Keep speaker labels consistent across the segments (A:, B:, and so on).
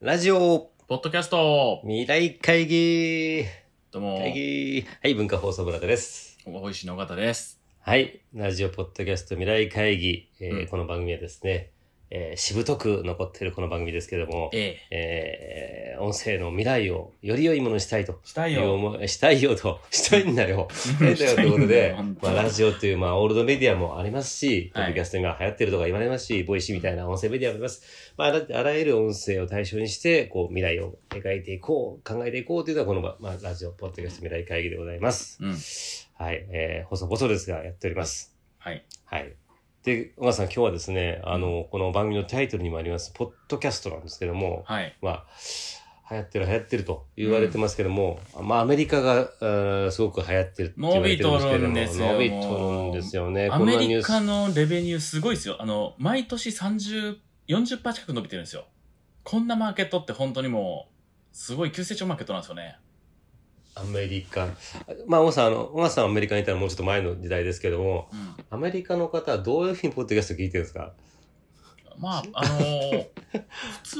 A: ラジオ
B: ポッドキャスト
A: 未来会議
B: どうも、
A: 会議はい、文化放送村田です。
B: おいしいの方です。
A: はい、ラジオポッドキャスト未来会議、えー
B: うん
A: この番組はですね、えーしぶとく残っているこの番組ですけれども、
B: え
A: えー音声の未来をより良いものにしたいと。
B: え。したい
A: いう
B: よ。
A: 思いしたいよと、したいんだよ。したいんだよということで、まあ、ラジオという、まあ、オールドメディアもありますし、ポ
B: はい
A: ッドキャストが流行ってるとか言われますし、ボイシーみたいな音声メディアもあります。まあ、あらあらゆる音声を対象にして、こう、未来を描いていこう、考えていこうというのが、この、ままあ、ラジオ、ポッドキャスト未来会議でございます。
B: うん。
A: はい。えー、細々ですが、やっております。
B: はい。
A: はい。で、小川さん、今日はですね、あの、この番組のタイトルにもあります、ポッドキャストなんですけども、
B: はい。
A: まあ、流行ってる流行ってると言われてますけども、まあアメリカが、えーすごく流行ってるって言われてるんですけども
B: 伸びとる
A: 伸びとるん
B: んですよ
A: ですよね。
B: ア
A: こんな
B: メ
A: ニュー
B: リ
A: ス
B: カのレベニューすごいですよ。あの、毎年30、40%近く伸びてるんですよ。こんなマーケットって本当にもう、すごい急成長マーケットなんですよね。
A: アメリカ。まあ、小川さん、あの、小川さんはアメリカにいたらもうちょっと前の時代ですけども、
B: うん。
A: アメリカの方はどういうふうにポッドキャスト聞いてるんですか
B: まあ、あのー普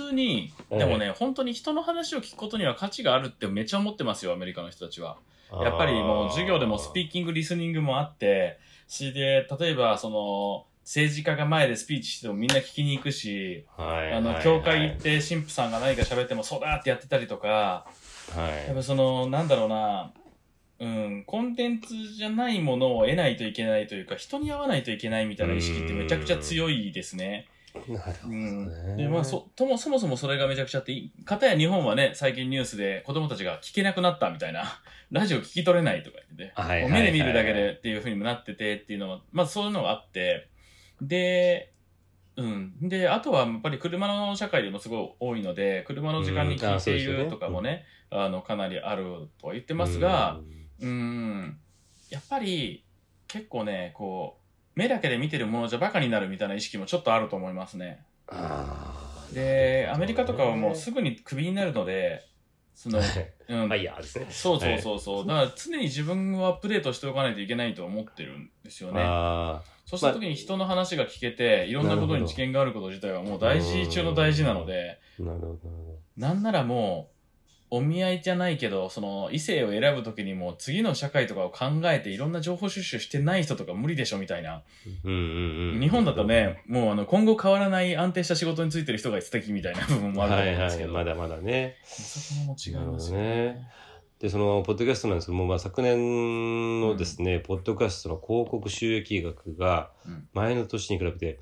B: 通に、でもね、本当に人の話を聞くことには価値があるってめっちゃ思ってますよ、アメリカの人たちは。やっぱりもう授業でもスピ
A: ー
B: ーキング、リスニングもあって、しで、例えばその、政治家が前でスピーチしてもみんな聞きに行くし、
A: チ、はい、
B: あ
A: は
B: の、
A: い
B: 教会行って神父さんが何か喋ってもそうだってやってたりとか、
A: はい
B: やっぱその、なんだろうな、うん、コンテンツじゃないものを得ないといけないというか、人に会わないといけないみたいな意識ってめちゃくちゃ強いですね。
A: なるほ
B: う
A: どね
B: ん。で、まあ、そ、とも、そもそもそれがめちゃくちゃあっていい、かたや日本はね、最近ニュースで子供たちが聞けなくなったみたいな、ラジオ聞き取れないとか言ってね。
A: はいはいはい
B: 目で見るだけでっていうふうにもなっててっていうのは、まあそういうのがあって、で、うん。で、あとはやっぱり車の社会でもすごい多いので、車の時間に聞いてい
A: うんあそうですよ
B: る
A: ね
B: とかもね、あの、かなりあるとは言ってますが、、うん。やっぱり、結構ね、こう、目だけで見てるものじゃバカになるみたいな意識もちょっとあると思いますね。
A: うんあー
B: で、
A: なるほどね
B: アメリカとかはもうすぐにクビになるので、その、う ん
A: まあいいやですね。
B: そうそうそうそう、だから常に自分をアップデートしておかないといけないと思ってるんですよね。
A: ああ、
B: そうした時に人の話が聞けて、いろんなことに知見があること自体はもう大事中の大事なので、
A: なるほどなるほど。
B: なんならもう、お見合いじゃないけど、その異性を選ぶ時にもう次の社会とかを考えていろんな情報収集してない人とか無理でしょみたいな。
A: うんうんうん、
B: 日本だとね、もうあの今後変わらない安定した仕事についてる人が一敵みたいな部分もあ
A: は
B: ると思う
A: い
B: ん
A: は
B: ですけ
A: い、
B: ど。
A: まだまだね。
B: そこも違いますよ
A: なるほどね。で、その、ポッドキャストなんですけども、まあ、昨年のですね、ポッドキャストの広告収益額が
B: うん、
A: 前の年に比べて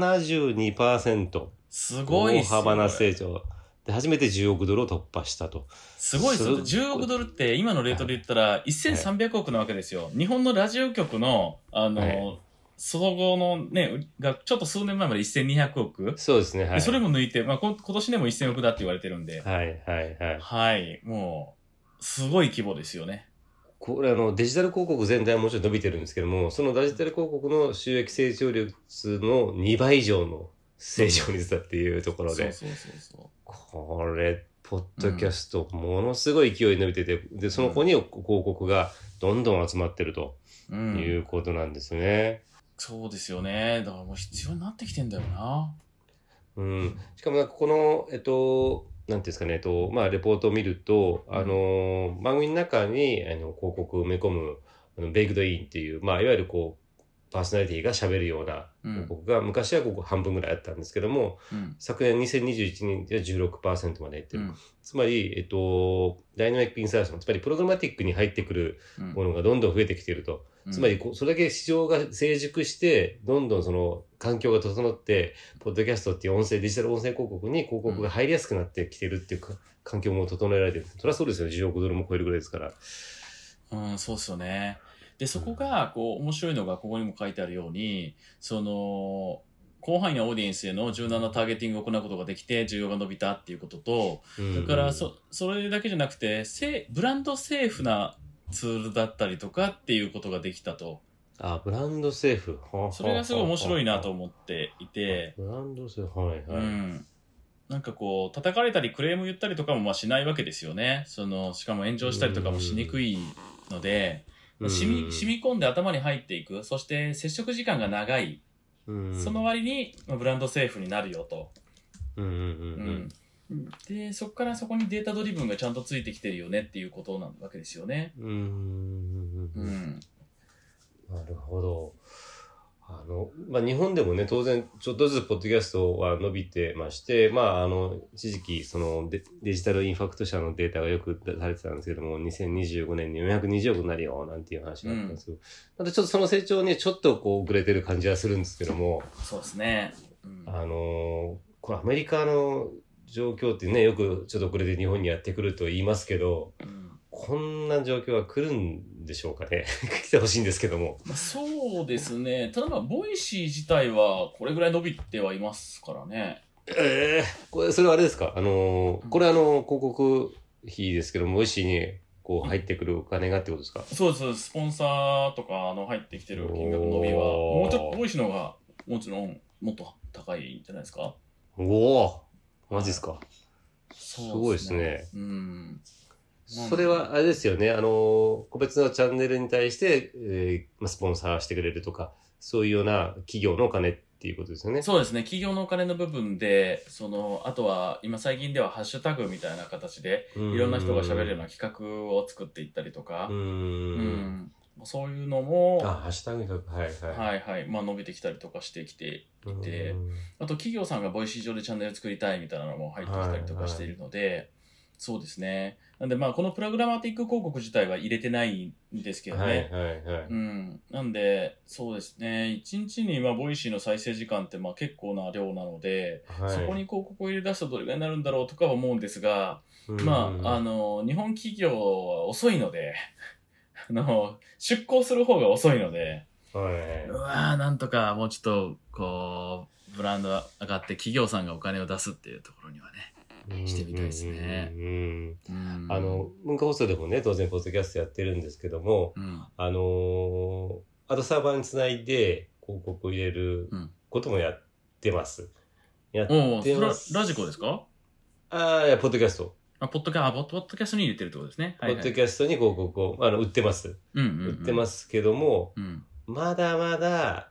A: 72%、
B: すごい
A: 大
B: っすよ
A: 幅な成長。で、初めて10億ドルを突破したと。
B: すごいですよ。
A: す
B: 10億ドルって今のレートで言ったら1300億なわけですよ。日本のラジオ局の、あの、
A: はい
B: 総合のね、売りがちょっと数年前まで1200億、
A: そうですね、は
B: で
A: い。
B: それも抜いて、まあ、こ今年でも1000億だって言われてるんで、
A: はいはいはい。
B: はい、もう、すごい規模ですよね。
A: これあのデジタル広告全体はもちろん伸びてるんですけどもそのデジタル広告の収益成長率の2倍以上の成長率だっていうところで、
B: そうそうそうそう。
A: これポッドキャストものすごい勢いに伸びてて、でその子に広告がどんどん集まってると
B: う
A: い
B: ん、
A: うことなんですね。
B: そうですよね。だからもう必要になってきてんだよな。
A: うんしかもなんかこのえっとなんていうんですかねえっとまあレポートを見ると、あの番組の中にあの広告を埋め込むあのベイクドインっていうまあいわゆるこうパーソナリティが喋るような
B: うん。
A: 僕が昔はここ半分ぐらいあったんですけども
B: うん。
A: 昨年2021年では16%まで減って
B: う
A: る、
B: ん。
A: つまり、えっと、ダイナミックインサーションつまりプログラマティックに入ってくる
B: うん
A: ものがどんどん増えてきていると、つまり、こうそれだけ市場が成熟してどんどんその環境が整ってポッドキャストっていう音声デジタル音声広告に広告が入りやすくなってきてるっていうか環境も整えられてるそれはそうですよね10億ドルも超えるぐらいですから。
B: うん、そうっすよね。で、そこが、こう、面白いのが、ここにも書いてあるように、その、広範囲なオーディエンスへの柔軟なターゲティングを行うことができて、需要が伸びたっていうことと、
A: だ
B: だから、そ、それだけじゃなくて、せ、ブランドセーフなツールだったりとかっていうことができたと。
A: あブランドセーフ
B: それがすごい面白いなと
A: っ
B: 思っていて、
A: ブランドセーフはいはい。
B: うん。なんかこう、叩かれたりクレーム言ったりとかもまあしないわけですよね。その、しかも炎上したりとかもしにくいので、
A: うん
B: 染み染み込んで頭に入っていくそして接触時間が長い、
A: うん
B: その割にまあブランドセーフになるよと、
A: うんうんう
B: うん
A: ん
B: で、そこからそこにデータドリブンがちゃんとついてきてるよねっていうことなわけですよね。
A: うーん
B: う。ん。
A: なるほど。あの、まあ、日本でもね、当然、ちょっとずつポッドキャストは伸びてまして、まあ、あの、一時期、そのデ、デジタルインファクト社のデータがよく出されてたんですけども、2025年に420億になるよ、なんていう話があったんですけど、ただちょっとその成長にちょっとこう、遅れてる感じはするんですけども、
B: そうですね。うん
A: あのーこれアメリカの状況ってね、よくちょっと遅れて日本にやってくると言いますけど、
B: うん
A: こんな状況は来るんでしょうかね。 来てほしいんですけども。
B: まあ、そうですね。ただまあ、ボイシー自体はこれぐらい伸びてはいますからね。
A: ええこれ、それはあれですかあのーこれあのー広告費ですけども、美味しいに、こう、入ってくるお金がってことですか
B: そうですそうです。スポンサーとかの入ってきてる金額の伸びは、
A: おー
B: もうちょっとボイシーの方がもちろんもっと高いんじゃないですか。
A: おおマジですか
B: す
A: すごいです。ね。
B: うん。
A: それは、あれですよね。あのー個別のチャンネルに対して、えーまあ、スポンサーしてくれるとか、そういうような企業のお金っていうことですよね。
B: そうですね。企業のお金の部分で、その、あとは今最近ではハッシュタグみたいな形で、い
A: い
B: ろんな人が喋るような企画を作っていったりとか
A: う、。
B: うんん。そういうのも、
A: あ、
B: は
A: ハッシュタグに書く。はいはい。
B: いはい。まあ伸びてきたりとかしてきて
A: い
B: であと企業さんがボイシー上でチャンネル作りたいみたいなのも入ってきたりとかしているので、そうですね。なんでまあこのプログラマティック広告自体は入れてないんですけどね。
A: はいはいはい。
B: うん、なんで、そうですね、1日にまあボイシーの再生時間ってまあ結構な量なので、
A: はい
B: そこに広告を入れ出すとどれぐらいになるんだろうとかは思うんですが、まあ、あ、の日本企業は遅いので あの、出向する方が遅いので、
A: うんはい。
B: うわーなんとかもうちょっとこうブランドが上がって企業さんがお金を出すっていうところにはね、してみたいですね
A: うんうんうんうんあの、文化放送でもね、当然、ポッドキャストやってるんですけども、
B: うん
A: あのーあとサーバーにつないで広告を入れる
B: うん
A: こともやってます。
B: おう
A: 出
B: ラ
A: ます
B: ラジコですか
A: ああ、いやポッドキャスト。
B: あポッドキャあポッポッドキャストに入れてるってことですね。
A: ポ
B: はい
A: ッ
B: は
A: ド
B: い、。
A: キャストに広告を、あの、売ってます。売ってますすけども、
B: うん、
A: まだまだ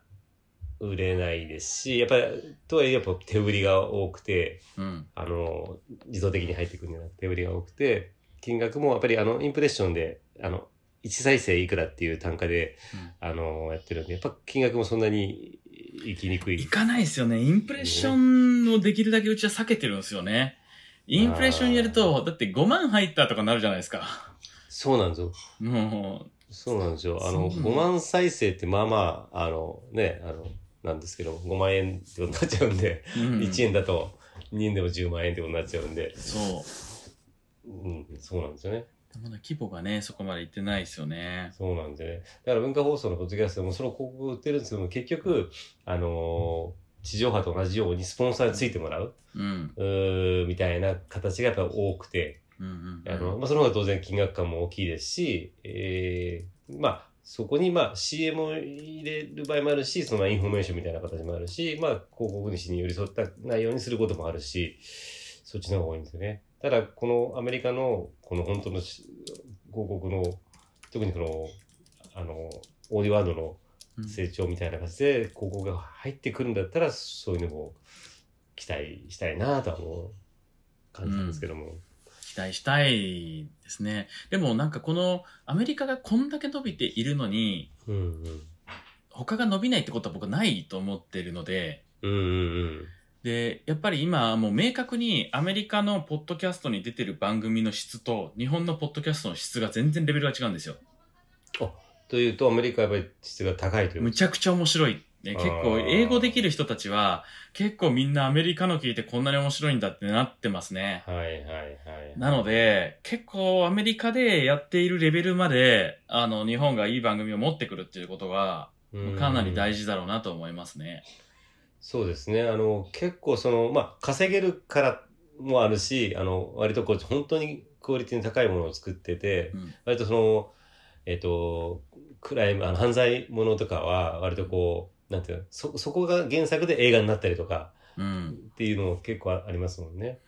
A: 売れないですし、やっぱり、とはいえ、やっぱ手売りが多くて、
B: うん、
A: あの、自動的に入ってくるんじゃなくて、手売りが多くて、金額もやっぱりあの、インプレッションで、あの、1再生いくらっていう単価で、あの、やってるんで、やっぱ金額もそんなにいきにく
B: い
A: い。
B: かないですよね。インプレッションをできるだけうちは避けてるんですよね。インプレッションやると、だって5万入ったとかなるじゃないですか。
A: そうなんですよ。
B: も
A: そうなんですよ。あの、
B: そう
A: 5万再生ってまあまあ、あの、ね、あの、なんですけど、5万円ってことになっちゃうんで、
B: う、うん
A: 1円だと2円でも10万円ってことになっちゃうんで、
B: そう。
A: うん、そうなんですよね。
B: まだ規模がね、そこまでいってないですよね。
A: そうなんでね。だから文化放送のポッドキャストでもその広告を売ってるんですけども、結局、あのー地上波と同じようにスポンサーについてもらう、
B: うん。
A: うーみたいな形がやっぱり多くて、
B: うんうんうん
A: あの、まあ、その方が当然金額感も大きいですし、えーまあ、そこにまあ CM を入れる場合もあるし、そのまあインフォメーションみたいな形もあるし、まあ、広告主に寄り添った内容にすることもあるし、そっちの方が多いんですよね。ただ、このアメリカの、この本当のし広告の、特にこの、あの、オーディワードの
B: うん
A: 成長みたいな形で広告が入ってくるんだったら、そういうのも期待したいなとは思う感じなんですけども。
B: 期待したいですね。でもなんかこのアメリカがこんだけ伸びているのに、
A: うんうん
B: 他が伸びないってことは僕はないと思っているので、
A: うんうん
B: で、やっぱり今もう明確にアメリカのポッドキャストに出てる番組の質と日本のポッドキャストの質が全然レベルが違うんですよ。
A: というと、アメリカはやっぱり質が高いという。
B: むちゃくちゃ面白い。ね結構
A: あー
B: 英語できる人たちは結構みんなアメリカの聞いてこんなに面白いんだってなってますね。
A: はいはいはい。
B: なので、結構アメリカでやっているレベルまで、あの、日本がいい番組を持ってくるっていうことが、
A: うん
B: かなり大事だろうなと思いますね。
A: そうですね。あの、結構その、まあ、稼げるからもあるし、あの、割とこう、本当にクオリティの高いものを作ってて、
B: うん
A: 割とその、えっ、と、クライム、あの、犯罪ものとかは、割とこう、なんていうの、そ、そこが原作で映画になったりとか
B: うん。
A: っていうのも結構ありますもんね。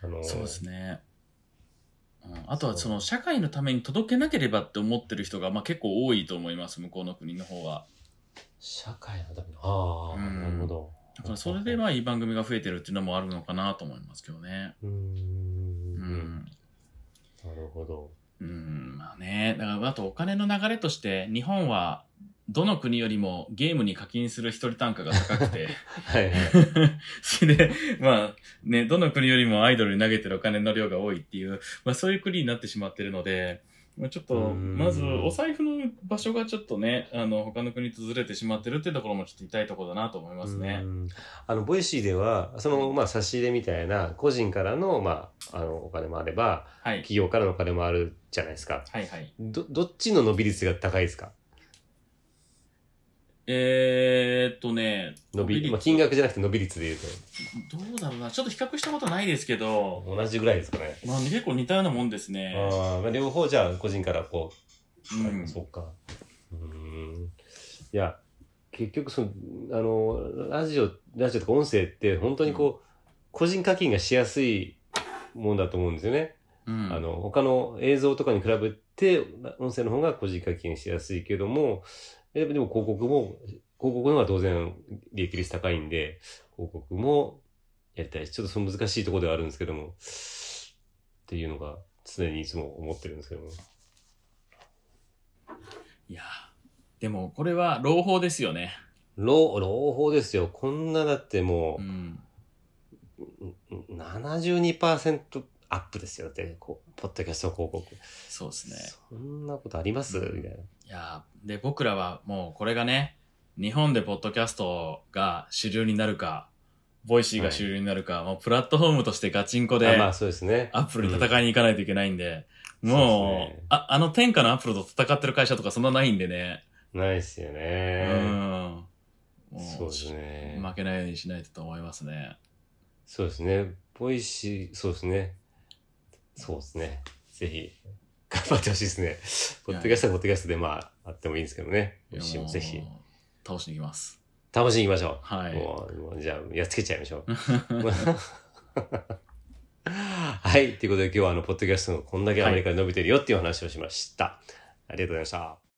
A: あの、
B: そうですね。うん、あとは
A: そう
B: その社会のために届けなければって思ってる人が、まあ、結構多いと思います向こうの国の方は。
A: 社会のための、ああ、
B: うん
A: なるほど。
B: だからそれでまあいい番組が増えてるっていうのもあるのかなと思いますけどね。
A: うー。
B: うんん。
A: なるほど。
B: うん、まあね。だからあとお金の流れとして日本はどの国よりもゲームに課金する一人単価が高くて、
A: はいはい。
B: それで、 まあね、どの国よりもアイドルに投げてるお金の量が多いっていう、まあそういう国になってしまってるので、まあ、ちょっと、
A: うん
B: まずお財布の場所がちょっとね、あの、他の国とずれてしまってるっていうところもちょっと痛いところだなと思いますね
A: う。んあのボイシーではそのまあ差し入れみたいな個人からのまああのお金もあれば
B: はい。
A: 企業からのお金もあるじゃないですか。
B: はいはい。
A: どどっちの伸び率が高いですか。
B: えー、っとね、
A: 伸びまあ
B: 率
A: 金額じゃなくて伸び率で言う
B: どうだろうな。ちょっと比較したことないですけど、
A: と同じぐらいですかね。
B: まあ結構似たようなもんですね。
A: あーまあ両方じゃあ個人からこ
B: う
A: う、
B: ん。
A: そうか。うーん。いや結局そのあのラジオラジオとか音声って本当にこう、個人課金がしやすいもんだと思うんですよね。
B: うん
A: あの、他の映像とかに比べて、音声の方が個人課金しやすいけども、えでも広告も、広告の方が当然利益率高いんで、広告もやりたいし、ちょっとその難しいところではあるんですけども、っていうのが常にいつも思ってるんですけども。
B: いや、でもこれは朗報ですよね。
A: 朗朗報ですよ。こんなだっても
B: うん。
A: う、72%アップですよ。だって、こう、ポッドキャスト広告。
B: そうですね。
A: そんなことありますみたいな。
B: いやーで、僕らはもうこれがね、日本でポッドキャストが主流になるか、ボイシーが主流になるか、もうプラットフォームとしてガチンコで、
A: あまあそうですね。
B: アップルに戦いに行かないといけないんで、
A: うんそ
B: も
A: うで
B: う
A: すね
B: あ、あの天下のアップルと戦ってる会社とかそんなないんでね。
A: ないっすよね。
B: うん。も
A: そうですね。
B: 負けないようにしないとと思いますね。
A: そうですね。ボイシー、そうですね。そうですね。ぜひ、頑張ってほしいですね。ポッドキャストはポッドキャストで、まあ、あってもいいんですけどね。ボイシーもぜ
B: い
A: ひ
B: や、もう倒しに行きます。
A: 楽しんでいきましょ
B: は
A: う。
B: い。
A: もう、もうじゃあ、やっつけちゃいましょ う。はい。ということで、今日はあの、ポッドキャストのこんだけアメリカで伸びてるよっていうお話をしました。ありがとうございました。